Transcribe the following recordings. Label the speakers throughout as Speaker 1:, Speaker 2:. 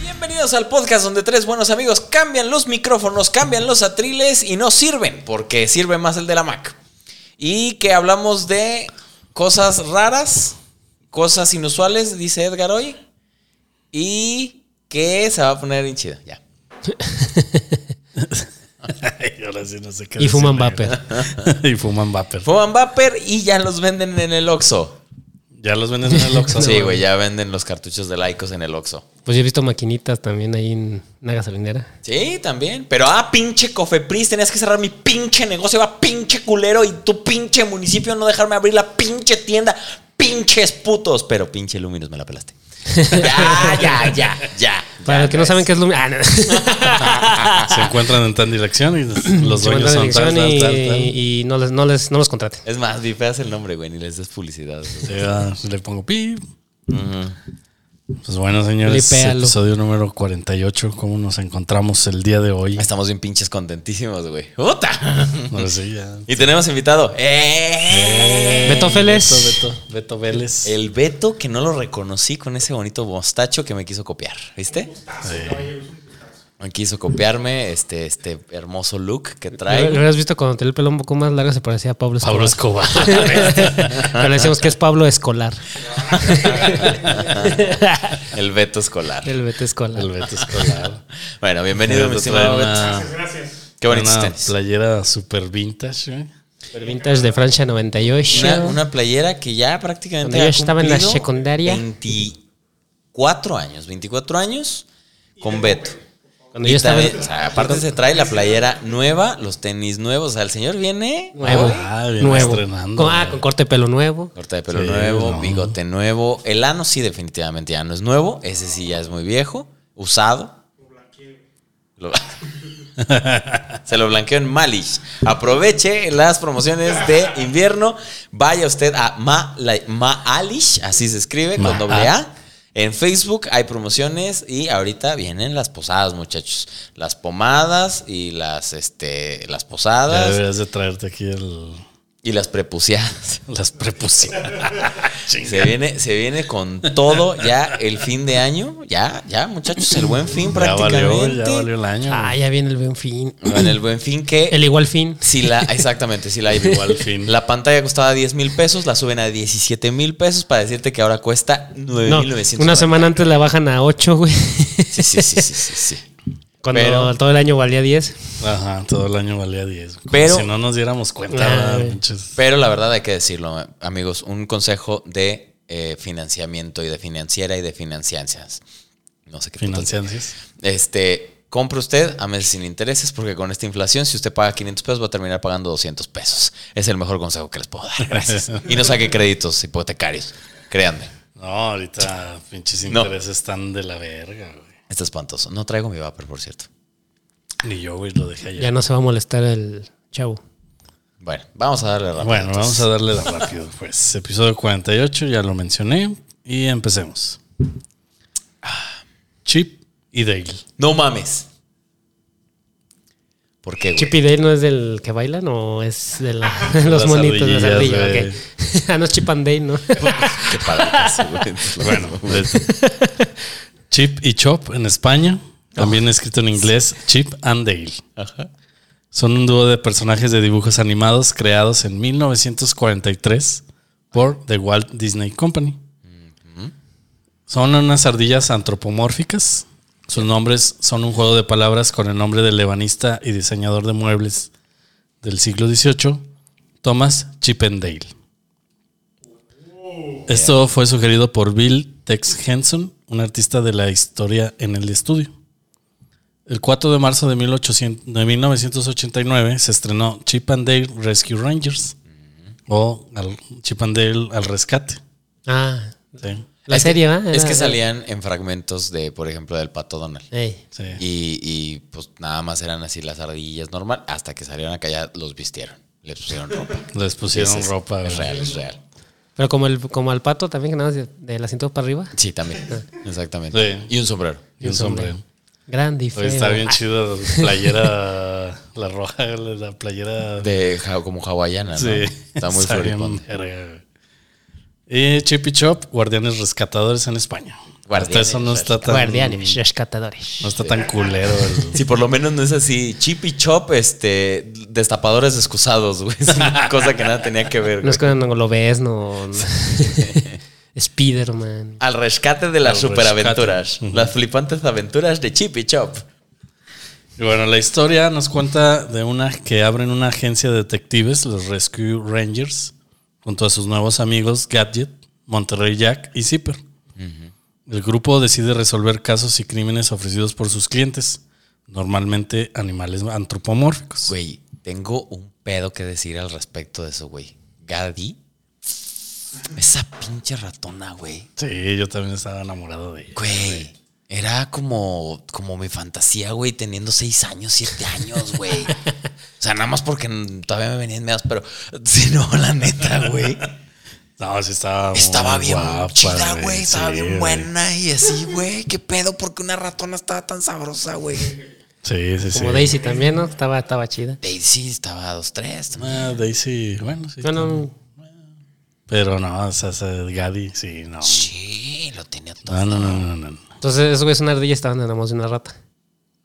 Speaker 1: Bienvenidos al podcast donde tres buenos amigos cambian los micrófonos, cambian los atriles y no sirven, porque sirve más el de la Mac. Y que hablamos de cosas raras, cosas inusuales, dice Edgar hoy, y que se va a poner bien chido, ya.
Speaker 2: Ay, ahora sí no sé qué
Speaker 3: Y fuman
Speaker 2: decirle. y fuman vapor.
Speaker 1: Fuman Vapor y ya los venden en el Oxxo.
Speaker 2: Ya los venden en el Oxxo.
Speaker 1: Sí, güey, ya venden los cartuchos de Laicos en el Oxxo.
Speaker 3: Pues yo he visto maquinitas también ahí en una gasolinera.
Speaker 1: Sí, también. Pero ah, pinche Cofepris, tenías que cerrar mi pinche negocio, va pinche culero y tu pinche municipio no dejarme abrir la pinche tienda. Pinches putos, pero pinche Luminus me la pelaste. ya, ya, ya, ya.
Speaker 3: Para
Speaker 1: ya,
Speaker 3: los que no
Speaker 1: ves.
Speaker 3: saben qué es Lumia. Ah, no.
Speaker 2: Se encuentran en tan dirección y los
Speaker 3: Se mandan
Speaker 2: dueños son tal,
Speaker 3: dirección
Speaker 2: tal,
Speaker 3: y,
Speaker 2: tal, tal.
Speaker 3: y no, les, no, les, no los contraten.
Speaker 1: Es más, bifeas el nombre, güey, ni les des publicidad.
Speaker 2: Sí, ah, le pongo pip. Pues bueno, señores,
Speaker 3: Blipéalo.
Speaker 2: episodio número 48. ¿Cómo nos encontramos el día de hoy?
Speaker 1: Estamos bien pinches contentísimos, güey. ¡Puta!
Speaker 2: Ahora sí, ya.
Speaker 1: Y tenemos invitado. ¡Eh!
Speaker 3: Beto Feles.
Speaker 2: Beto, Beto, Beto Vélez.
Speaker 1: El Beto que no lo reconocí con ese bonito mostacho que me quiso copiar, ¿viste?
Speaker 2: Sí.
Speaker 1: Me quiso copiarme este, este hermoso look que
Speaker 3: ¿Lo lo
Speaker 1: trae.
Speaker 3: habías visto cuando tenía el pelo un poco más largo? Se parecía a Pablo Escobar.
Speaker 2: Pablo Escobar.
Speaker 3: Pero le decimos que es Pablo Escolar.
Speaker 1: El Beto escolar.
Speaker 3: El Beto Escolar.
Speaker 2: El Beto Escolar.
Speaker 1: Bueno, bienvenido, mi
Speaker 2: Beto
Speaker 1: estimado
Speaker 2: trae
Speaker 1: Beto.
Speaker 2: una-
Speaker 1: Qué bonitos
Speaker 2: una
Speaker 1: tenis.
Speaker 2: playera super vintage, güey.
Speaker 3: Super vintage de Francia 98.
Speaker 1: Una, una playera que ya prácticamente.
Speaker 3: Cuando yo
Speaker 1: ha
Speaker 3: estaba en la
Speaker 1: cumplido
Speaker 3: secundaria.
Speaker 1: 24 años, 24 años con Beto.
Speaker 3: Cuando
Speaker 1: Y
Speaker 3: yo estaba.
Speaker 1: también, o sea, aparte se trae la playera nueva, los tenis nuevos. O sea, el señor viene.
Speaker 3: Nuevo.
Speaker 2: Ah, bien
Speaker 3: nuevo.
Speaker 2: estrenando.
Speaker 3: Con- ah, con corte de pelo nuevo.
Speaker 1: Corta de pelo
Speaker 2: Sí,
Speaker 1: nuevo,
Speaker 2: no.
Speaker 1: bigote nuevo. El ano sí, definitivamente ya no es nuevo. Ese sí ya es muy viejo, usado. Lo- Se lo blanqueó en Malish. Aproveche las promociones de invierno. Vaya usted a Mala- Maalish, así se escribe, con
Speaker 2: Ma- ah.
Speaker 1: doble A. En Facebook hay promociones y ahorita vienen las posadas, muchachos. Las pomadas y las este las
Speaker 2: Ya
Speaker 1: posadas
Speaker 2: deberías de traerte aquí el,
Speaker 1: y las prepuciadas.
Speaker 2: las prepuciadas.
Speaker 1: Se viene, se viene con todo ya el fin de año. Ya, ya, muchachos, el buen fin
Speaker 2: Ya
Speaker 1: prácticamente.
Speaker 2: valió, ya valió el año.
Speaker 3: Ah, ya viene el buen fin.
Speaker 1: Bueno, el buen fin que.
Speaker 3: El igual fin.
Speaker 1: si la, exactamente, si la
Speaker 2: Igual fin.
Speaker 1: La pantalla costaba 10 mil pesos, la suben a 17 mil pesos para decirte que ahora cuesta 9
Speaker 3: No,
Speaker 1: mil 900.
Speaker 3: una semana antes la bajan a 8, güey.
Speaker 1: Sí, sí, sí, sí, sí, sí.
Speaker 3: Cuando
Speaker 1: Pero-
Speaker 3: todo el año valía 10.
Speaker 2: Ajá, todo el año valía 10. Como
Speaker 1: Pero-
Speaker 2: si no nos diéramos cuenta,
Speaker 3: Ay.
Speaker 2: ¿verdad, pinches?
Speaker 1: Pero la verdad hay que decirlo, eh, amigos, un consejo de eh, financiamiento y de financiera y de financianzas. No sé qué putas
Speaker 2: financiancias.
Speaker 1: Este, compre usted a meses sin intereses porque con esta inflación, si usted paga 500 pesos, va a terminar pagando 200 pesos. Es el mejor consejo que les puedo dar. Gracias. Y no saque créditos hipotecarios. Créanme,
Speaker 2: No, ahorita pinches
Speaker 1: No.
Speaker 2: intereses están de la verga, güey.
Speaker 1: está espantoso. No traigo mi vapor, por cierto.
Speaker 2: Ni yo, güey, lo dejé
Speaker 3: Ya
Speaker 2: allá.
Speaker 3: no se va a molestar el chavo.
Speaker 1: Bueno, vamos a darle rápido.
Speaker 2: Bueno,
Speaker 1: entonces.
Speaker 2: vamos a darle la rápido, pues. Episodio 48, ya lo mencioné. Y empecemos. Ah, Chip y Dale.
Speaker 1: No mames. ¿Por qué, güey?
Speaker 3: Chip y Dale no es del que bailan o es de la- los
Speaker 2: Las
Speaker 3: monitos, las
Speaker 2: ardillas,
Speaker 3: ardillas. ok. Ah, no es Chip and Dale, ¿no?
Speaker 1: Qué padre que es, güey.
Speaker 2: Bueno, pues, Chip y Chop en España. También escrito en inglés, Chip and Dale.
Speaker 1: Ajá.
Speaker 2: Son un dúo de personajes de dibujos animados creados en 1943 por The Walt Disney Company. Son unas ardillas antropomórficas. Sus nombres son un juego de palabras con el nombre del ebanista y diseñador de muebles del siglo XVIII, Thomas Chippendale. Esto fue sugerido por Bill Tex Henson, un artista de la historia en el estudio. El 4 de marzo de, 1800 de 1989 se estrenó Chip and Dale Rescue Rangers o al- Chip and Dale al rescate.
Speaker 3: Ah,
Speaker 2: Sí,
Speaker 3: la
Speaker 1: Es que-
Speaker 3: serie, ¿va? Ah,
Speaker 1: Es que
Speaker 3: Era-
Speaker 1: salían en fragmentos de, por ejemplo, del Pato Donald.
Speaker 3: Ey.
Speaker 2: sí.
Speaker 1: Y, y, pues nada más eran así las ardillas normal, hasta que salieron acá ya los vistieron, les pusieron ropa.
Speaker 2: Les pusieron
Speaker 1: Es- es-
Speaker 2: ropa.
Speaker 1: Es
Speaker 2: ¿verdad?
Speaker 1: real, es real.
Speaker 3: Pero como, el, como al pato también, que nada más de, de la cintura para arriba.
Speaker 1: Sí, también. Exactamente.
Speaker 2: Sí.
Speaker 1: Y un sombrero.
Speaker 2: Y un sombrero.
Speaker 3: Grande y feo.
Speaker 2: Oye, está bien chida la playera, la roja, la playera.
Speaker 1: De ja- como hawaiana, Ah, ¿no?
Speaker 2: sí,
Speaker 1: Está muy
Speaker 2: bien
Speaker 1: floripondio.
Speaker 2: Eh, verga, güey. Y Chip y Chop, Guardianes Rescatadores en España. Hasta eso no está tan.
Speaker 3: Guardianes, rescatadores.
Speaker 2: No está tan culero. el-
Speaker 1: Si por lo menos no es así, chip y chop, este, destapadores excusados, güey. Es una cosa que nada tenía que ver.
Speaker 3: No
Speaker 1: güey.
Speaker 3: es cuando lo ves, no.
Speaker 2: Ah,
Speaker 3: Spider-Man.
Speaker 1: Al rescate de las
Speaker 2: Al
Speaker 1: superaventuras,
Speaker 2: rescate. Ujú.
Speaker 1: las flipantes aventuras de chip y chop.
Speaker 2: Y bueno, la historia nos cuenta de una que abren una agencia de detectives, los Rescue Rangers, junto a sus nuevos amigos Gadget, Monterrey Jack y Zipper. El grupo decide resolver casos y crímenes ofrecidos por sus clientes, normalmente animales antropomórficos.
Speaker 1: Güey, tengo un pedo que decir al respecto de eso, güey. Gadi, esa pinche ratona, güey.
Speaker 2: Sí, yo también estaba enamorado de ella.
Speaker 1: Güey, era como, como mi fantasía, güey, teniendo seis años, siete años, güey. O sea, nada más porque n- todavía me venían medias, pero si no, la neta, güey.
Speaker 2: No, sí estaba muy
Speaker 1: Estaba bien
Speaker 2: guapa,
Speaker 1: chida, güey. Estaba
Speaker 2: sí,
Speaker 1: bien
Speaker 2: güey.
Speaker 1: buena y así, güey. ¿Qué pedo? porque una ratona estaba tan sabrosa, güey?
Speaker 2: Sí, sí, sí.
Speaker 3: Como Daisy también, ¿no? Estaba, estaba chida.
Speaker 1: Daisy estaba a dos, tres. también.
Speaker 2: Ah, Daisy, bueno, sí.
Speaker 3: Bueno,
Speaker 2: Pero no, o sea, esa Gaby, sí, no.
Speaker 1: Sí, lo tenía todo.
Speaker 2: No, no, no, no, no, no.
Speaker 3: entonces esos güeyes son ardilla estaban enamorados de una rata.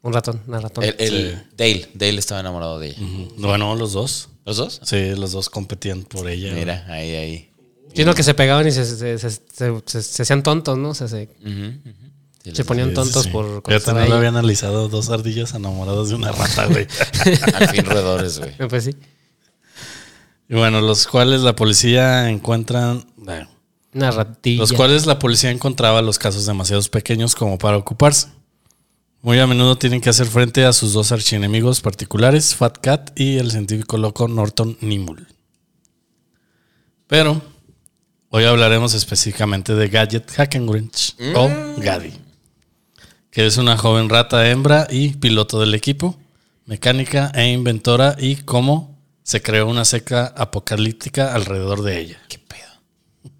Speaker 3: Un ratón, una ratón.
Speaker 1: El, el- Dale, Dale estaba enamorado de
Speaker 2: Mm.
Speaker 1: ella.
Speaker 2: Bueno, los dos.
Speaker 1: ¿Los dos?
Speaker 2: Sí, los dos competían por ella.
Speaker 1: Mira, ahí, ahí.
Speaker 3: Sino que se pegaban y se, se, se, se- se- se hacían tontos, ¿no? O sea, se,
Speaker 1: Ujú, ujú. Sí,
Speaker 3: se
Speaker 1: los-
Speaker 3: ponían
Speaker 2: Sí,
Speaker 3: tontos
Speaker 2: sí.
Speaker 3: por... por
Speaker 2: Fíjate,
Speaker 3: estar
Speaker 2: no lo
Speaker 3: ahí.
Speaker 2: había analizado dos ardillas enamoradas de una rata, güey.
Speaker 1: Al fin roedores, güey.
Speaker 3: Eh, Pues sí.
Speaker 2: y bueno, los cuales la policía encuentran. bueno,
Speaker 3: Una ratilla.
Speaker 2: los cuales la policía encontraba los casos demasiados pequeños como para ocuparse. Muy a menudo tienen que hacer frente a sus dos archienemigos particulares, Fat Cat y el científico loco Norton Nimul. Pero hoy hablaremos específicamente de Gadget Hackenwrench o Gaddy, que es una joven rata hembra y piloto del equipo, mecánica e inventora y cómo se creó una seca apocalíptica alrededor de ella.
Speaker 1: ¿Qué pedo?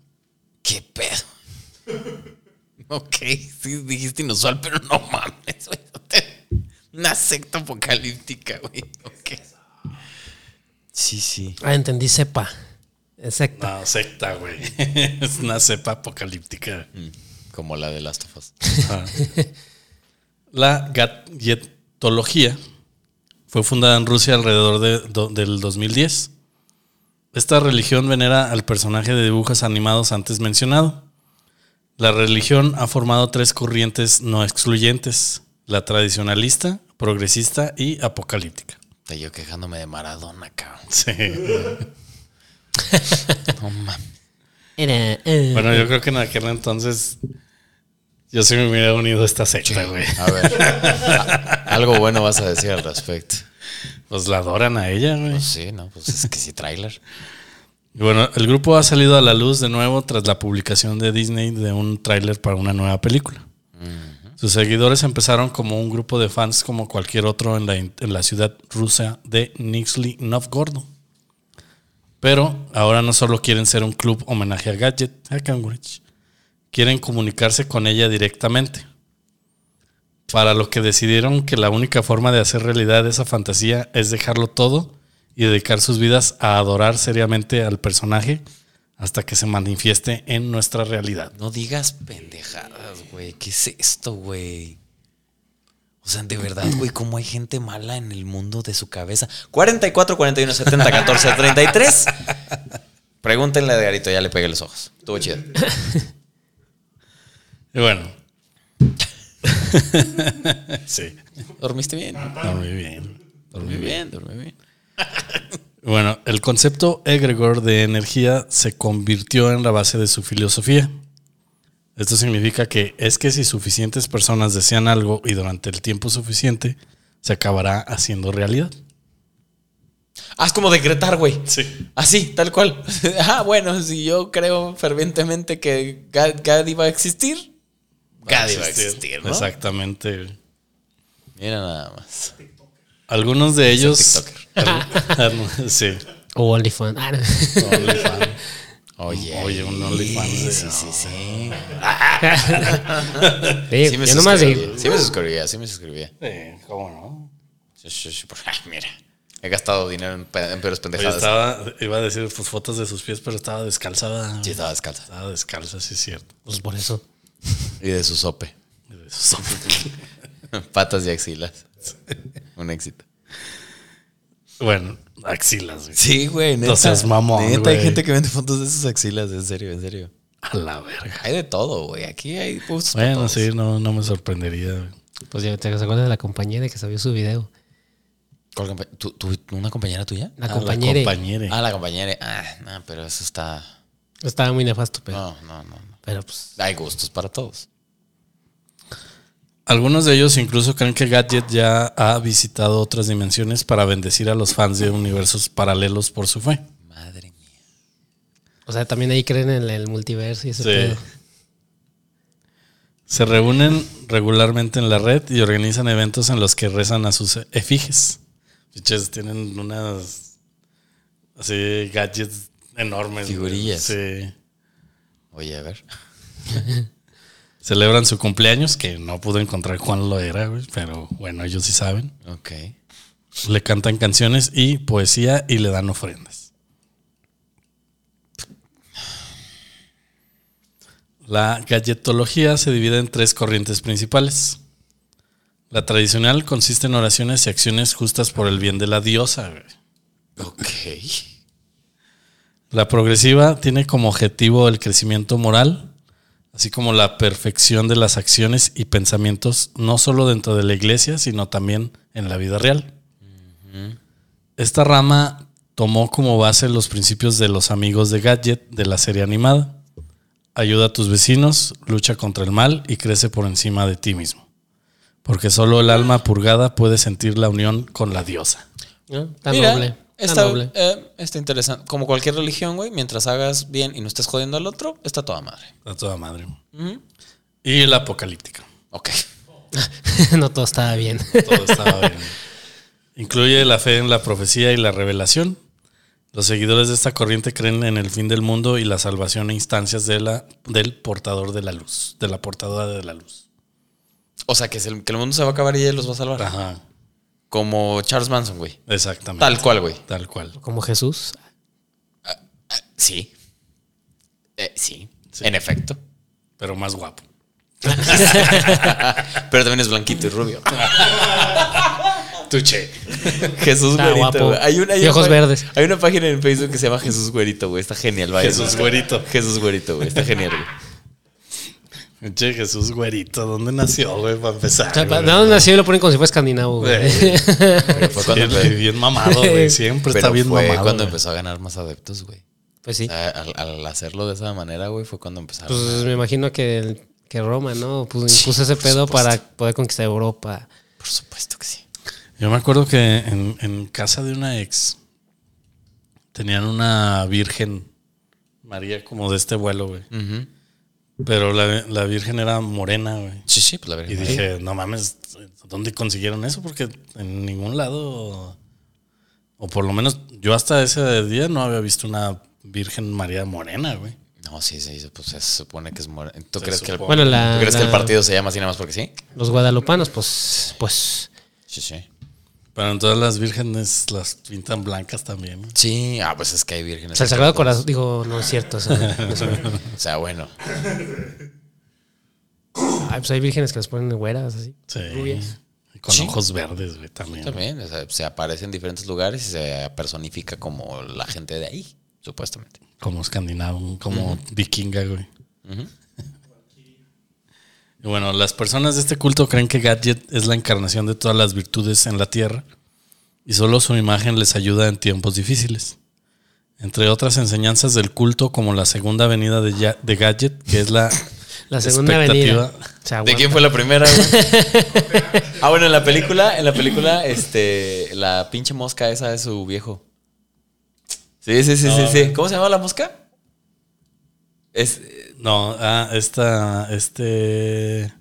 Speaker 1: ¿Qué pedo? ok, sí, dijiste inusual, pero no mames, güey. Una secta apocalíptica, güey. Ok. Sí, sí.
Speaker 3: Ah, entendí, sepa. Exacto.
Speaker 2: No, secta, güey. es una cepa apocalíptica.
Speaker 1: Mm, Como la de Last of Us.
Speaker 2: Ajá. La gadgetología fue fundada en Rusia alrededor de, do- del 2010. Esta religión venera al personaje de dibujos animados antes mencionado. La religión ha formado tres corrientes no excluyentes, la tradicionalista, progresista y apocalíptica.
Speaker 1: Estoy yo quejándome de Maradona, cabrón.
Speaker 2: Sí.
Speaker 1: No mames.
Speaker 3: Era, eh,
Speaker 2: Bueno, yo creo que en aquel entonces yo sí me hubiera unido a esta secta, güey.
Speaker 1: A ver. a- algo bueno vas a decir al respecto.
Speaker 2: Pues la adoran a ella, güey.
Speaker 1: Pues sí, ¿no? Pues es que sí, trailer.
Speaker 2: Y bueno, el grupo ha salido a la luz de nuevo tras la publicación de Disney de un tráiler para una nueva película. Sus seguidores empezaron como un grupo de fans como cualquier otro en la, in- en la ciudad rusa de Nizhny Novgorod. Pero ahora no solo quieren ser un club homenaje a Gadget, a Cambridge, quieren comunicarse con ella directamente. Para lo que decidieron que la única forma de hacer realidad esa fantasía es dejarlo todo y dedicar sus vidas a adorar seriamente al personaje hasta que se manifieste en nuestra realidad.
Speaker 1: No digas pendejadas, güey. ¿Qué es esto, güey? O sea, de verdad, güey, cómo hay gente mala en el mundo de su cabeza. 44, 41, 70, 14, 33. Pregúntenle a Edgarito, ya le pegué los ojos. Estuvo chido.
Speaker 2: Y bueno. sí.
Speaker 1: ¿Dormiste bien?
Speaker 2: Dormí bien.
Speaker 1: Dormí bien, dormí bien.
Speaker 2: Bueno, el concepto egregor de energía se convirtió en la base de su filosofía. Esto significa que es que si suficientes personas desean algo y durante el tiempo suficiente, se acabará haciendo realidad.
Speaker 1: Haz Ah, como decretar, güey.
Speaker 2: Sí.
Speaker 1: Así, tal cual. ah, bueno, si yo creo fervientemente que Ga- Gadi va a existir, Gadi va a existir, ¿no?
Speaker 2: Este, Exactamente.
Speaker 1: Mira nada más.
Speaker 2: Algunos de ellos. Ah,
Speaker 1: TikToker.
Speaker 2: sí.
Speaker 3: O OnlyFans. Ah, no.
Speaker 2: OnlyFans.
Speaker 1: Oye.
Speaker 2: Oye, un OnlyFans de-
Speaker 1: Sí, sí, sí.
Speaker 3: Sí,
Speaker 1: Sí me
Speaker 3: yo nomás
Speaker 1: suscribía.
Speaker 3: digo,
Speaker 1: Sí me suscribía, sí me suscribía.
Speaker 2: Eh, ¿Cómo no?
Speaker 1: Sí, sí, sí, porque, ah, mira, he gastado dinero en, pe- en peores
Speaker 2: Oye,
Speaker 1: pendejadas.
Speaker 2: estaba, iba a decir pues, fotos de sus pies, pero estaba descalzada.
Speaker 1: Sí, estaba descalza.
Speaker 2: Estaba descalza, sí es cierto.
Speaker 3: pues por eso.
Speaker 1: Y de su sope. Patas y axilas. Un éxito.
Speaker 2: bueno, axilas, güey.
Speaker 1: Sí, güey.
Speaker 2: No seas mamón,
Speaker 1: Neta, hay
Speaker 2: güey.
Speaker 1: gente que vende fotos de sus axilas, en serio, en serio.
Speaker 2: A la verga.
Speaker 1: Hay de todo, güey. Aquí hay gustos para
Speaker 2: Bueno,
Speaker 1: todos.
Speaker 2: sí, no, no me sorprendería. güey.
Speaker 3: Pues ya te acuerdas de la compañera que subió su video.
Speaker 1: ¿Cuál compa- tú- tú- ¿Una compañera tuya?
Speaker 3: La
Speaker 1: Ah,
Speaker 3: compañera.
Speaker 2: Compañere.
Speaker 1: Ah, la compañera. Ah, no, pero eso está.
Speaker 3: Estaba muy nefasto,
Speaker 2: Ah.
Speaker 3: pero,
Speaker 1: No, no, no. no.
Speaker 3: pero pues.
Speaker 1: Hay gustos para todos.
Speaker 2: Algunos de ellos incluso creen que Gadget ya ha visitado otras dimensiones para bendecir a los fans de universos paralelos por su fe.
Speaker 1: Madre mía.
Speaker 3: O sea, también ahí creen en el multiverso y ese
Speaker 2: Sí.
Speaker 3: pedo.
Speaker 2: Se reúnen regularmente en la red y organizan eventos en los que rezan a sus efigies. Fiches tienen unas así gadgets enormes. güey.
Speaker 1: Figurillas.
Speaker 2: Sí.
Speaker 1: Oye, a ver.
Speaker 2: Celebran su cumpleaños, que no pude encontrar cuál lo era, güey, pero bueno, ellos sí saben.
Speaker 1: Ok.
Speaker 2: Le cantan canciones y poesía y le dan ofrendas. La galletología se divide en tres corrientes principales. La tradicional consiste en oraciones y acciones justas por el bien de la diosa. güey.
Speaker 1: Ok.
Speaker 2: La progresiva tiene como objetivo el crecimiento moral, así como la perfección de las acciones y pensamientos, no solo dentro de la iglesia, sino también en la vida real. Esta rama tomó como base los principios de los amigos de Gadget de la serie animada. Ayuda a tus vecinos, lucha contra el mal y crece por encima de ti mismo. Porque solo el alma purgada puede sentir la unión con la diosa.
Speaker 3: ¿no? Tan
Speaker 1: Mira,
Speaker 3: noble. Tan
Speaker 1: Está,
Speaker 3: noble.
Speaker 1: eh, está interesante. Como cualquier religión, güey, mientras hagas bien y no estés jodiendo al otro, está toda madre.
Speaker 2: A toda madre.
Speaker 1: Ujú.
Speaker 2: Y la apocalíptica.
Speaker 1: Ok.
Speaker 3: no todo estaba bien.
Speaker 2: Todo estaba bien. Incluye la fe en la profecía y la revelación. Los seguidores de esta corriente creen en el fin del mundo y la salvación e instancias de la, del portador de la luz, de la portadora de la luz.
Speaker 1: O sea, que, es el, que el mundo se va a acabar y él los va a salvar.
Speaker 2: Ajá,
Speaker 1: Como Charles Manson, güey.
Speaker 2: exactamente.
Speaker 1: Tal cual, güey.
Speaker 2: Tal cual.
Speaker 3: Como Jesús.
Speaker 1: Sí. Eh, sí. En efecto.
Speaker 2: Pero más guapo.
Speaker 1: Pero también es blanquito y rubio.
Speaker 2: Tuche.
Speaker 1: Jesús
Speaker 3: Está
Speaker 1: Güerito.
Speaker 3: guapo.
Speaker 1: güey. Hay una, hay
Speaker 3: Y
Speaker 1: una
Speaker 3: ojos
Speaker 1: pa-
Speaker 3: verdes.
Speaker 1: Hay una página en Facebook que se llama Jesús Güerito, güey. Está genial, vaya.
Speaker 2: Jesús Güerito.
Speaker 1: Jesús Güerito, güey. Está genial, güey.
Speaker 2: Che, Jesús güerito, ¿dónde nació, güey? Para empezar.
Speaker 3: O sea, pa-
Speaker 2: güey?
Speaker 3: ¿De dónde nació? Y lo ponen como si fuera escandinavo, güey.
Speaker 1: Eh.
Speaker 2: Güey,
Speaker 1: Fue
Speaker 2: bien,
Speaker 1: cuando empe-
Speaker 2: bien mamado, güey. Siempre está
Speaker 1: pero
Speaker 2: bien
Speaker 1: fue
Speaker 2: mamado.
Speaker 1: cuando
Speaker 2: güey.
Speaker 1: empezó a ganar más adeptos, güey.
Speaker 3: Pues sí.
Speaker 1: O sea, al, al hacerlo de esa manera, güey, fue cuando empezaron.
Speaker 3: Pues me imagino que, el- que Roma, ¿no? Pues impuso ese
Speaker 1: por
Speaker 3: pedo
Speaker 1: supuesto.
Speaker 3: para poder conquistar Europa.
Speaker 2: eh,
Speaker 1: por supuesto que sí.
Speaker 2: Yo me acuerdo que en, en casa de una ex tenían una virgen María como de este vuelo, güey. Pero la, la virgen era morena, güey.
Speaker 1: Sí, sí, pues la verdad.
Speaker 2: Y dije, no mames, ¿dónde consiguieron eso? Porque en ningún lado, o por lo menos yo hasta ese día no había visto una virgen María morena, güey.
Speaker 1: No, sí, sí, pues se supone que es more- ¿Tú
Speaker 2: Se
Speaker 1: crees, que el,
Speaker 2: supone.
Speaker 3: Bueno,
Speaker 1: ¿tú
Speaker 3: la,
Speaker 1: crees que el
Speaker 3: la-
Speaker 1: partido se llama así nada más porque sí?
Speaker 3: los guadalupanos, pues, pues,
Speaker 1: Sí, sí.
Speaker 2: Pero entonces las vírgenes las pintan blancas también. güey.
Speaker 1: Sí, ah, pues es que hay vírgenes.
Speaker 3: o sea, el Sagrado Corazón, digo, no es cierto. o sea, no es-
Speaker 1: O sea, bueno.
Speaker 3: ay, pues hay vírgenes que las ponen de güeras, así.
Speaker 2: Sí.
Speaker 3: Rubias.
Speaker 2: Y Con
Speaker 1: Sí.
Speaker 2: ojos verdes, güey, también.
Speaker 1: También, o sea, se aparece en diferentes lugares y se personifica como la gente de ahí, supuestamente.
Speaker 2: Como escandinavo, como vikinga, güey.
Speaker 1: Ujú.
Speaker 2: Y bueno, las personas de este culto creen que Gadget es la encarnación de todas las virtudes en la tierra y solo su imagen les ayuda en tiempos difíciles. Entre otras enseñanzas del culto, como la segunda venida de, Ya- de Gadget, que es la,
Speaker 3: La segunda
Speaker 2: expectativa-
Speaker 3: avenida. Se
Speaker 1: ¿De
Speaker 3: aguanta.
Speaker 1: quién fue la primera? güey? ah, bueno, en la película, en la película, este, la pinche mosca esa es su viejo. Sí, sí, sí, sí, sí. ¿Cómo se llama la mosca? Es, eh,
Speaker 2: No, ah, esta, este.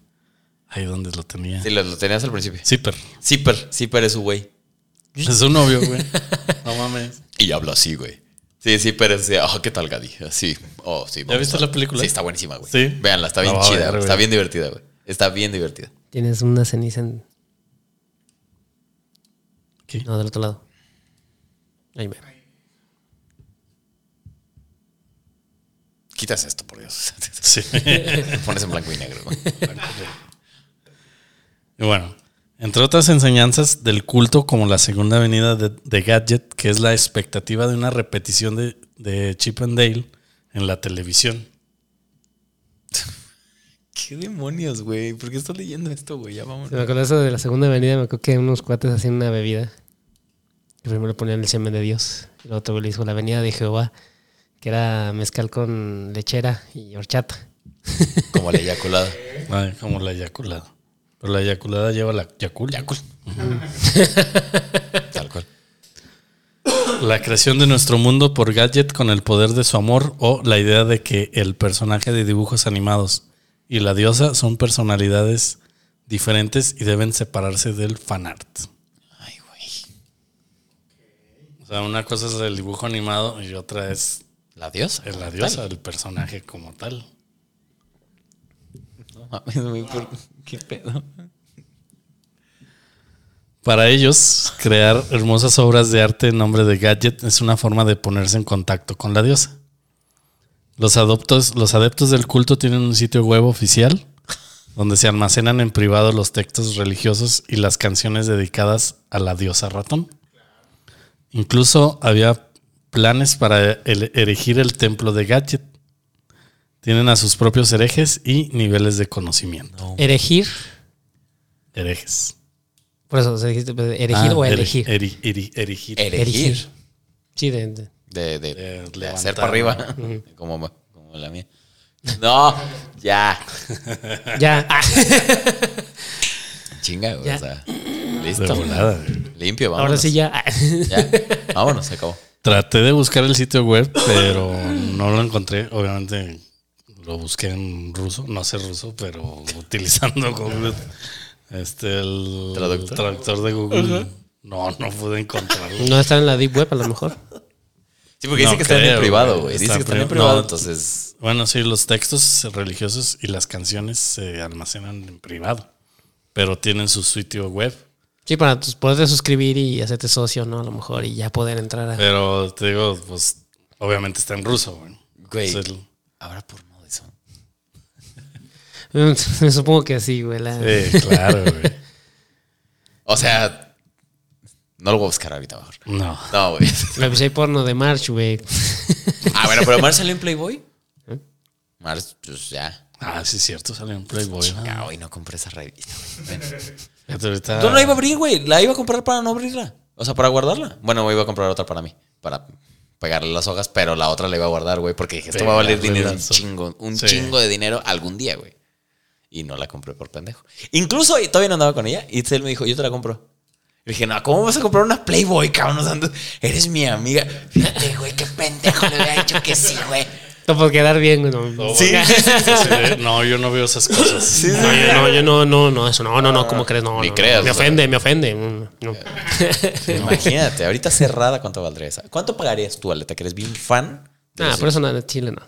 Speaker 2: Ahí donde lo tenía.
Speaker 1: sí, lo, lo tenías al principio.
Speaker 2: Zipper.
Speaker 1: Zipper, Zipper es su güey.
Speaker 2: Es su novio, güey. No mames.
Speaker 1: Y habla así, güey. Sí, Zipper es, ah, qué tal, Gadi. Así, oh, sí. vamos
Speaker 2: viste
Speaker 1: a-
Speaker 2: la película?
Speaker 1: Sí, está buenísima, güey.
Speaker 2: Sí.
Speaker 1: Véanla, está bien
Speaker 2: La voy a
Speaker 1: chida,
Speaker 2: ver,
Speaker 1: güey. está
Speaker 2: güey.
Speaker 1: bien divertida, güey. Está bien divertida.
Speaker 3: Tienes una ceniza en.
Speaker 2: ¿Qué?
Speaker 3: No, del otro lado. Ahí me.
Speaker 1: quitas esto, por Dios.
Speaker 2: Sí.
Speaker 1: Lo pones en blanco y negro. ¿no?
Speaker 2: Y bueno, entre otras enseñanzas del culto, como la segunda venida de, de Gadget, que es la expectativa de una repetición de, de Chip and Dale en la televisión.
Speaker 1: ¿Qué demonios, güey? ¿Por qué estás leyendo esto, güey? Ya vámonos.
Speaker 3: Se me acordó eso de la segunda avenida, me acuerdo que unos cuates hacían una bebida. Que primero le ponían el semen de Dios. Y el otro le hizo la avenida de Jehová, que era mezcal con lechera y horchata.
Speaker 1: Como la eyaculada.
Speaker 2: Ay, como la eyaculada. Pero la eyaculada lleva la yacul.
Speaker 1: Tal cual.
Speaker 2: La creación de nuestro mundo por Gadget con el poder de su amor o la idea de que el personaje de dibujos animados y la diosa son personalidades diferentes y deben separarse del fanart.
Speaker 1: Ay, güey.
Speaker 2: O sea, una cosa es el dibujo animado y otra es
Speaker 1: La diosa.
Speaker 2: el- la
Speaker 1: Tal.
Speaker 2: diosa, el personaje como tal.
Speaker 1: No mames, güey, ¿por ¿Qué pedo?
Speaker 2: Para ellos, crear hermosas obras de arte en nombre de Gadget es una forma de ponerse en contacto con la diosa. Los, adoptos- los adeptos del culto tienen un sitio web oficial donde se almacenan en privado los textos religiosos y las canciones dedicadas a la diosa ratón. Incluso había planes para el- erigir el templo de Gadget. Tienen a sus propios herejes y niveles de conocimiento.
Speaker 3: Erigir.
Speaker 2: Herejes.
Speaker 3: Por eso, se dijiste, pues, erigir
Speaker 2: Ah,
Speaker 3: o
Speaker 2: eri-
Speaker 3: elegir.
Speaker 2: eri- eri- erigir.
Speaker 1: Erigir.
Speaker 3: Sí, de- de-
Speaker 1: De, de,
Speaker 2: De
Speaker 1: de
Speaker 2: levantar,
Speaker 1: hacer para arriba. Como, como la mía. No, ya.
Speaker 3: Ya.
Speaker 2: Ah,
Speaker 1: Chinga, güey.
Speaker 3: Ya.
Speaker 1: O sea,
Speaker 2: De
Speaker 1: listo.
Speaker 2: volada, güey.
Speaker 1: Limpio, vámonos.
Speaker 3: Ahora sí, ya.
Speaker 1: Ya. Vámonos, se acabó.
Speaker 2: Traté de buscar el sitio web, pero no lo encontré. Obviamente lo busqué en ruso, no sé ruso, pero utilizando Google, este, el
Speaker 1: ¿Traductor?
Speaker 2: traductor de Google. No, no pude encontrarlo.
Speaker 3: No está en la Deep Web, a lo mejor.
Speaker 1: Sí, porque
Speaker 2: No
Speaker 1: dice que está en
Speaker 2: creo,
Speaker 1: el privado,
Speaker 2: güey.
Speaker 1: güey.
Speaker 2: Está
Speaker 1: Dice que está en
Speaker 2: pri-
Speaker 1: el privado,
Speaker 2: no.
Speaker 1: entonces.
Speaker 2: Bueno, sí, los textos religiosos y las canciones se almacenan en privado, pero tienen su sitio web.
Speaker 3: Sí, para tus- poderte suscribir y hacerte socio, ¿no? A lo mejor, y ya poder entrar
Speaker 2: Eh.
Speaker 3: a.
Speaker 2: Pero te digo, pues obviamente está en ruso, güey.
Speaker 1: Güey.
Speaker 2: Es el-
Speaker 1: Habrá porno de eso.
Speaker 3: Me supongo que sí, güey. la-
Speaker 2: Sí, claro, güey.
Speaker 1: O sea, no lo voy a buscar ahorita mejor.
Speaker 2: No.
Speaker 1: No, güey.
Speaker 3: la pues, hay porno de March, güey.
Speaker 1: Ah, bueno, pero Mars salió en Playboy.
Speaker 3: ¿Eh?
Speaker 1: Mars, pues ya.
Speaker 2: Ah, sí, es cierto, salió en Playboy. ¿no?
Speaker 1: Ya, hoy Pues no compré esa revista. güey. Bueno.
Speaker 2: Fíjate, ahorita-
Speaker 1: Yo no la iba a abrir, güey. La iba a comprar para no abrirla. O sea, para guardarla. Bueno, me iba a comprar otra para mí. Para pegarle las hojas, pero la otra la iba a guardar, güey. Porque dije, esto va a valer
Speaker 2: Pegarle
Speaker 1: dinero un
Speaker 2: las
Speaker 1: chingo. Un
Speaker 2: Sí.
Speaker 1: chingo de dinero algún día, güey. Y no la compré por pendejo. Incluso y todavía no andaba con ella. Y él me dijo, yo te la compro. Le dije, no, ¿cómo vas a comprar una Playboy, cabrón? O sea, andas- eres mi amiga. Fíjate, güey, qué pendejo le había dicho que sí, güey.
Speaker 3: No por quedar bien, güey. no.
Speaker 2: No,
Speaker 1: Sí.
Speaker 2: güey. Oh, Sí, de- No, yo no veo esas cosas.
Speaker 3: No, yo no, yo no, no, no, eso no, no, no, ¿cómo crees? No,
Speaker 1: Ah, Ni
Speaker 3: no,
Speaker 1: creas,
Speaker 3: Me
Speaker 1: o sea. Eh,
Speaker 3: ofende, me ofende. mm, no.
Speaker 1: Imagínate, ahorita cerrada, ¿cuánto valdría esa? ¿Cuánto pagarías tú, Aleta, que eres bien fan? de
Speaker 3: Ah,
Speaker 1: los
Speaker 3: por eso no, en Chile no.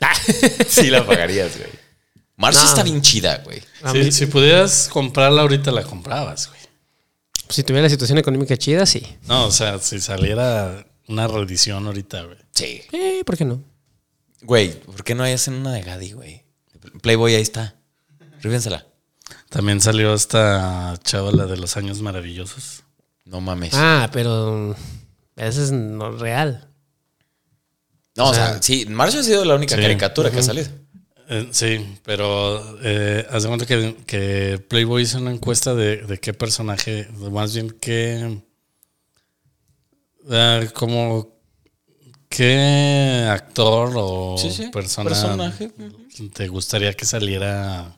Speaker 3: Ah,
Speaker 1: Sí la pagarías, güey. Marcy
Speaker 3: No.
Speaker 1: está bien chida, güey.
Speaker 3: a
Speaker 2: Si,
Speaker 3: mí,
Speaker 2: si pudieras comprarla ahorita, la comprabas, güey.
Speaker 3: Si tuviera la situación económica chida, sí.
Speaker 2: No, o sea, si saliera una reedición ahorita, güey.
Speaker 1: Sí.
Speaker 3: Eh, ¿por qué no?
Speaker 1: Güey, ¿por qué no hacen una de Gadi, güey? Playboy ahí está. Ríbensela.
Speaker 2: También salió esta chava, la de los años maravillosos.
Speaker 1: No mames.
Speaker 3: Ah, pero mm, ese es no real.
Speaker 1: no, o sea, sí, Marcy ha sido la única
Speaker 2: Sí.
Speaker 1: caricatura que ha salido.
Speaker 2: Eh, sí, pero eh, haz de cuenta que, que Playboy hizo una encuesta de, de qué personaje, de más bien qué. eh, como. ¿Qué actor o
Speaker 1: Sí, sí,
Speaker 2: persona
Speaker 1: personaje,
Speaker 2: te gustaría que saliera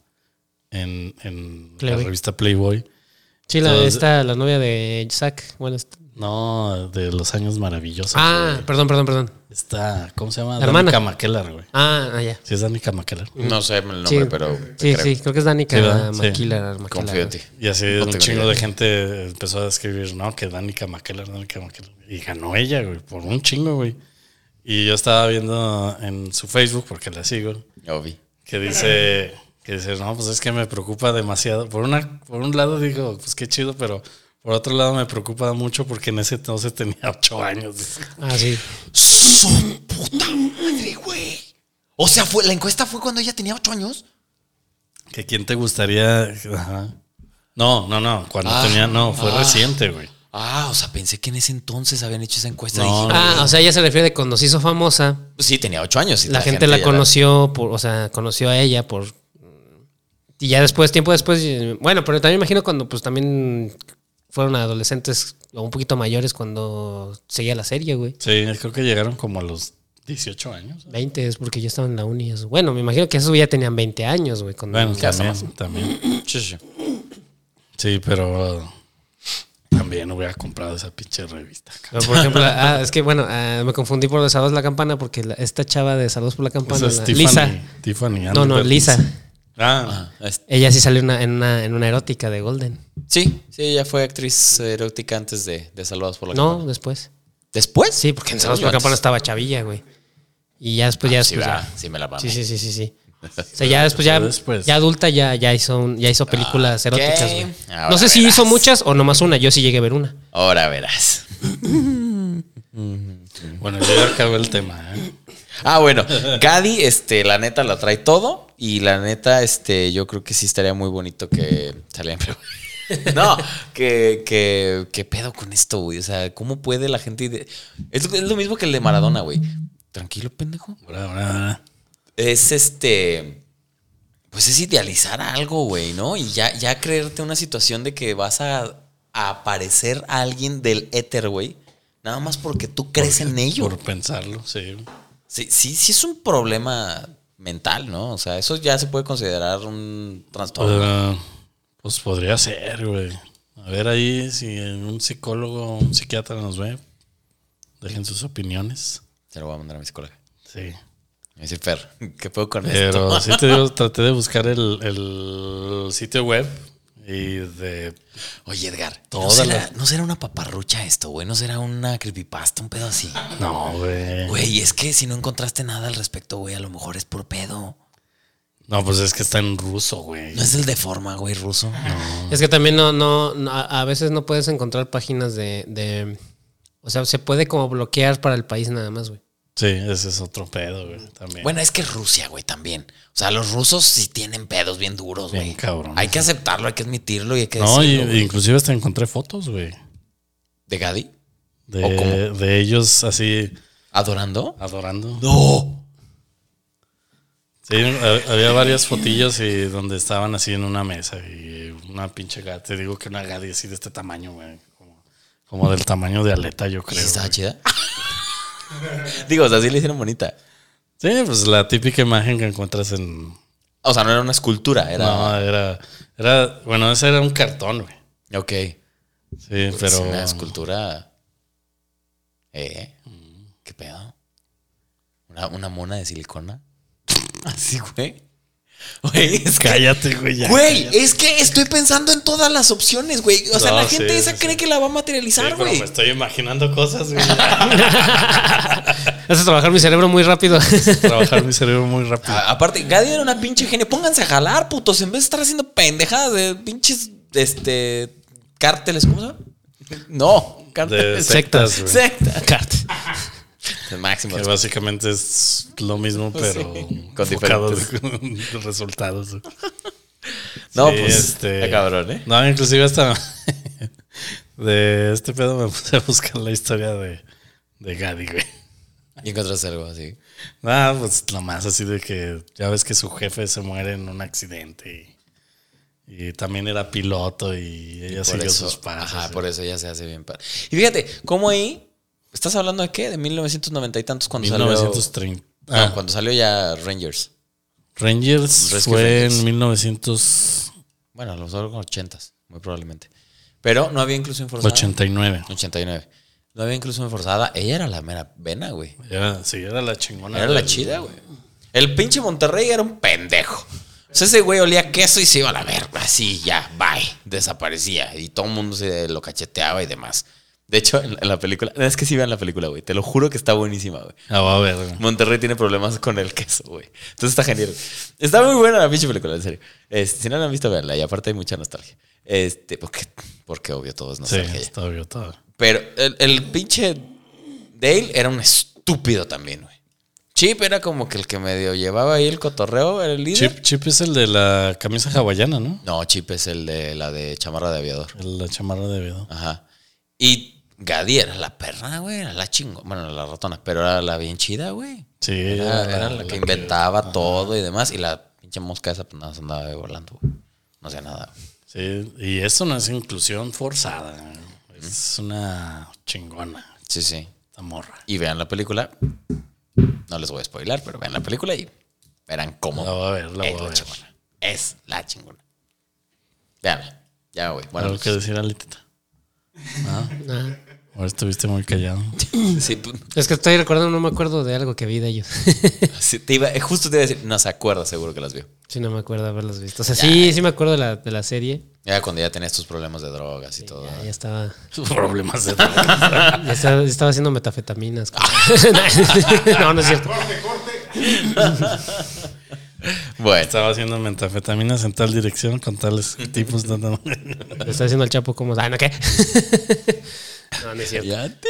Speaker 2: en, en la
Speaker 3: Playboy.
Speaker 2: revista Playboy?
Speaker 3: Sí, la,
Speaker 2: Entonces-
Speaker 3: esta, la novia de Zack. Bueno, esta-
Speaker 2: No, de los años maravillosos.
Speaker 3: ah, perdón, perdón, perdón.
Speaker 2: Está, ¿cómo se llama?
Speaker 3: La hermana.
Speaker 2: Danica McKellar, güey.
Speaker 3: Ah, ah, ya.
Speaker 2: Sí, es Danica McKellar.
Speaker 1: No sé el nombre,
Speaker 3: Sí,
Speaker 1: pero
Speaker 3: sí,
Speaker 1: te creo.
Speaker 3: sí, creo que es Danica
Speaker 2: Sí, ¿verdad? Sí.
Speaker 3: Maquilar. Maquilar.
Speaker 1: confío en ti.
Speaker 2: Y así
Speaker 1: No
Speaker 2: un
Speaker 1: tengo
Speaker 2: chingo
Speaker 1: idea.
Speaker 2: de gente empezó a escribir, ¿no? Que Danica McKellar, Danica McKellar. Y ganó ella, güey, por un chingo, güey. Y yo estaba viendo en su Facebook, porque la sigo,
Speaker 1: Obvi.
Speaker 2: que dice, que dice, no, pues es que me preocupa demasiado. Por, una, por un lado digo, pues qué chido, pero por otro lado me preocupa mucho porque en ese entonces tenía ocho años.
Speaker 3: Ah, sí.
Speaker 1: ¡Su puta madre, güey! O sea, fue, la encuesta fue cuando ella tenía ocho años.
Speaker 2: ¿Que quién te gustaría? Ajá. No, no, no. Cuando
Speaker 1: Ah,
Speaker 2: tenía, no, fue
Speaker 1: ah.
Speaker 2: reciente, güey.
Speaker 1: Ah, o sea, pensé que en ese entonces habían hecho esa encuesta.
Speaker 2: No.
Speaker 1: Dije,
Speaker 3: Ah, o sea, ella se refiere de cuando se hizo famosa.
Speaker 1: pues sí, tenía ocho años. y
Speaker 3: la, gente, la
Speaker 1: ya
Speaker 3: conoció, por, o sea, conoció a ella por... Y ya después, tiempo después, eh, bueno, pero también imagino cuando pues también fueron adolescentes o un poquito mayores cuando seguía la serie, güey.
Speaker 2: Sí, creo que llegaron como a los 18 años.
Speaker 3: 20 es porque yo estaba en la uni. eso. Bueno, me imagino que esos ya tenían 20 años, güey. cuando-
Speaker 2: Bueno,
Speaker 1: Ya está
Speaker 2: también, también.
Speaker 1: Sí, sí, sí.
Speaker 2: Sí, pero uh, también hubiera comprado esa pinche revista.
Speaker 3: Pero, por ejemplo, ah, es que bueno, ah, me confundí por lo de Saludos por la Campana porque la- esta chava de Saludos por la Campana,
Speaker 2: Esa Pues es
Speaker 3: la-
Speaker 2: Tiffany-
Speaker 3: Lisa,
Speaker 2: Tiffany
Speaker 3: no, no,
Speaker 2: Anderson.
Speaker 3: Lisa,
Speaker 2: Ah,
Speaker 1: Es-
Speaker 3: ella sí salió una- en, una, en una erótica de Golden.
Speaker 1: Sí, sí, ella fue actriz erótica antes de, de Saludados por la
Speaker 3: No,
Speaker 1: Campana.
Speaker 3: después.
Speaker 1: ¿Después?
Speaker 3: Sí, porque en Saludos por la Campana estaba chavilla, güey. Y ya después, ya
Speaker 1: Ah, Sí,
Speaker 3: después.
Speaker 1: va,
Speaker 3: ya-
Speaker 1: sí me la mamé.
Speaker 3: Sí, sí, sí, sí, sí. O sea, ya después, ya,
Speaker 2: Después.
Speaker 3: ya adulta, ya, ya, hizo un- ya hizo películas
Speaker 1: Ah, Ok,
Speaker 3: eróticas, güey.
Speaker 1: ahora
Speaker 3: No sé si
Speaker 1: verás.
Speaker 3: hizo muchas o nomás una, yo sí llegué a ver una.
Speaker 1: Ahora verás.
Speaker 3: Ah.
Speaker 2: bueno, yo ya acabé el tema. ¿eh?
Speaker 1: Ah, bueno, Gadi, este, la neta la trae todo. Y la neta, este, yo creo que sí estaría muy bonito que salieran. pero- No, que, que, qué pedo con esto, güey. O sea, ¿cómo puede la gente? ide- Es, lo- es lo mismo que el de Maradona, güey. Tranquilo, pendejo.
Speaker 2: Ahora, ahora, ahora.
Speaker 1: Es este. Pues es idealizar algo, güey, ¿no? Y ya, ya creerte una situación de que vas a, a aparecer a alguien del éter, güey. Nada más porque tú crees en ello.
Speaker 2: Por pensarlo, sí.
Speaker 1: Sí, sí, sí es un problema mental, ¿no? O sea, eso ya se puede considerar un trastorno.
Speaker 2: Ah, pues podría ser, güey. A ver ahí si un psicólogo o un psiquiatra nos ve. Dejen sus opiniones.
Speaker 1: Se lo voy a mandar a mi psicóloga.
Speaker 2: Sí.
Speaker 1: Me dice, Fer, ¿qué puedo
Speaker 3: Pues
Speaker 1: con esto?
Speaker 2: Pero sí te digo, traté de buscar el, el sitio web y de...
Speaker 1: Oye, Edgar, ¿no
Speaker 2: Todas
Speaker 1: será,
Speaker 2: las-
Speaker 1: no será una paparrucha esto, güey? ¿No será una creepypasta, un pedo así?
Speaker 2: No, güey.
Speaker 1: Güey, es que si no encontraste nada al respecto, güey, a lo mejor es por pedo.
Speaker 2: No, pues es que está en ruso, güey.
Speaker 1: ¿No es el de forma, güey, ruso?
Speaker 3: Es que también no, no, no, a a veces no puedes encontrar páginas de, de- O sea, se puede como bloquear para el país nada más, güey.
Speaker 2: Sí, ese es otro pedo, güey. También.
Speaker 1: Bueno, es que Rusia, güey, también. O sea, los rusos sí tienen pedos bien duros,
Speaker 2: Bien
Speaker 1: güey.
Speaker 2: cabrones.
Speaker 1: Hay que aceptarlo, hay que admitirlo y hay que
Speaker 2: no, y-
Speaker 1: decirlo. güey.
Speaker 2: inclusive hasta encontré fotos, güey.
Speaker 1: ¿De Gadi? ¿O cómo?
Speaker 2: De, de ellos así
Speaker 1: ¿Adorando?
Speaker 2: adorando.
Speaker 1: ¡No!
Speaker 2: Sí, ha- había varias fotillas y donde estaban así en una mesa y una pinche gata. Te digo que una gadi así de este tamaño, güey. Como, como del tamaño de aleta, yo
Speaker 1: ¿Y
Speaker 2: creo.
Speaker 1: si estaba
Speaker 2: güey.
Speaker 1: chida? Digo, o sea, sí le hicieron bonita.
Speaker 2: Sí, pues la típica imagen que encuentras en.
Speaker 1: O sea, no era una escultura, era.
Speaker 2: No, era. era bueno, ese era un cartón, güey.
Speaker 1: Ok.
Speaker 2: Sí,
Speaker 1: Pero.
Speaker 2: pero.
Speaker 1: una escultura. ¿Eh?
Speaker 2: Mm.
Speaker 1: ¿Qué pedo? ¿Una, una mona de silicona? Así, güey. Güey, es que.
Speaker 2: Cállate, güey. ya,
Speaker 1: Güey,
Speaker 2: cállate.
Speaker 1: es que estoy pensando en todas las opciones, güey. O sea,
Speaker 2: No,
Speaker 1: la
Speaker 2: sí,
Speaker 1: gente esa
Speaker 2: sí,
Speaker 1: cree
Speaker 2: sí.
Speaker 1: que la va a
Speaker 2: Sí,
Speaker 1: materializar,
Speaker 2: pero
Speaker 1: güey.
Speaker 2: me estoy imaginando cosas, güey.
Speaker 3: Haces trabajar mi cerebro muy rápido.
Speaker 2: Trabajar mi cerebro muy rápido.
Speaker 1: A- Aparte, Gadi era una pinche genia. Pónganse a jalar, putos. En vez de estar haciendo pendejadas de pinches este, cárteles. ¿Cómo se llama? No,
Speaker 2: De
Speaker 1: cárteles.
Speaker 2: sectas, güey.
Speaker 1: Secta. El máximo.
Speaker 2: Que básicamente es lo mismo, pero
Speaker 1: Pues Sí, con
Speaker 2: con diferentes
Speaker 1: diferentes-
Speaker 2: resultados. güey.
Speaker 1: No,
Speaker 2: Sí,
Speaker 1: pues.
Speaker 2: este-
Speaker 1: está cabrón, ¿eh?
Speaker 2: No, inclusive hasta de este pedo me puse a buscar la historia de, de Gadi, güey.
Speaker 1: Y encontraste algo así.
Speaker 2: Ah, pues lo más así de que ya ves que su jefe se muere en un accidente y, y también era piloto y ella
Speaker 1: por
Speaker 2: siguió
Speaker 1: eso,
Speaker 2: sus pasos.
Speaker 1: Ajá,
Speaker 2: güey.
Speaker 1: por eso ya se hace bien. padre. Y fíjate, ¿cómo ahí? ¿Estás hablando de qué? De 1990 y tantos cuando salió.
Speaker 2: 1930.
Speaker 1: No,
Speaker 2: Ah,
Speaker 1: cuando salió ya Rangers.
Speaker 2: Rangers
Speaker 1: Rescue
Speaker 2: fue
Speaker 1: Rangers.
Speaker 2: en 1989.
Speaker 1: Bueno, a lo mejor con 80s, muy probablemente. Pero no había inclusión forzada. 89. No había inclusión forzada. Ella era la mera vena, güey.
Speaker 2: Era, sí, era la chingona.
Speaker 1: Era la
Speaker 2: del-
Speaker 1: chida, güey. El pinche Monterrey era un pendejo. O sea, ese güey olía queso y se iba a la verga. Así, ya, bye. Desaparecía. Y todo el mundo se lo cacheteaba y demás. De hecho, en en la película, es que sí vean la película, güey. Te lo juro que está buenísima, güey.
Speaker 2: Ah, va a ver, güey.
Speaker 1: Monterrey tiene problemas con el queso, güey. Entonces está genial. Está muy buena la pinche película, en serio. Este, si no la han visto, véanla. Y aparte hay mucha nostalgia. Este, porque, porque obvio, todo es
Speaker 2: Sí,
Speaker 1: nostalgia. ya.
Speaker 2: está obvio todo.
Speaker 1: Pero el, el pinche Dale era un estúpido. estúpido también, güey. Chip era como que el que medio llevaba ahí el cotorreo, era el líder.
Speaker 2: Chip, Chip es el de la camisa hawaiana, ¿no?
Speaker 1: No, Chip es el de la de chamarra de aviador.
Speaker 2: El- La chamarra de Bedo.
Speaker 1: Ajá. Y Gadi era la perra, güey, era la chingo. Bueno, era la ratona, pero era la bien chida, güey.
Speaker 2: Sí,
Speaker 1: Era, era la que inventaba todo y demás. Y la pinche mosca esa, pues nada, se andaba ahí volando, güey. No hacía nada. güey.
Speaker 2: Sí, y eso no es inclusión forzada. Es una chingona,
Speaker 1: Sí, sí.
Speaker 2: esta morra.
Speaker 1: Y vean la película. No les voy a spoilar, pero vean la película y verán cómo
Speaker 2: La voy a ver, la
Speaker 1: es
Speaker 2: voy a
Speaker 1: la
Speaker 2: ver.
Speaker 1: chingona. Es la chingona. Veanla. Ya, güey. Bueno, pues,
Speaker 2: ¿Algo que decir, Alitita?
Speaker 3: Ajá.
Speaker 2: Ahora estuviste muy callado.
Speaker 1: sí, pues,
Speaker 3: Es que estoy recordando, no me acuerdo de algo que vi de ellos.
Speaker 1: sí, te iba- eh, justo te iba a decir, no se acuerda, seguro que las vio.
Speaker 3: sí, no me acuerdo de haberlos visto. O sea, sí, sí me acuerdo de la, de la serie.
Speaker 1: Ya cuando ya tenías tus problemas de drogas y todo.
Speaker 3: Ya, ya estaba,
Speaker 2: Problemas de drogas.
Speaker 3: ya estaba, ya estaba haciendo metafetaminas. no, no es cierto.
Speaker 4: Corte, corte.
Speaker 1: Bueno,
Speaker 2: Estaba haciendo metafetaminas en tal dirección con tales tipos. no, no.
Speaker 3: Le está haciendo el chapo como. Ah, no, ¿qué? no, no es cierto.
Speaker 2: Ya te.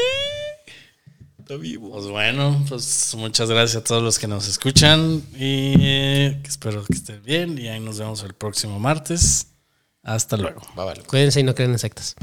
Speaker 2: Está vivo. Pues bueno, pues muchas gracias a todos los que nos escuchan y eh, que espero que estén bien y ahí nos vemos el próximo martes. Hasta luego.
Speaker 1: va, vale.
Speaker 3: Cuídense y no crean en sectas.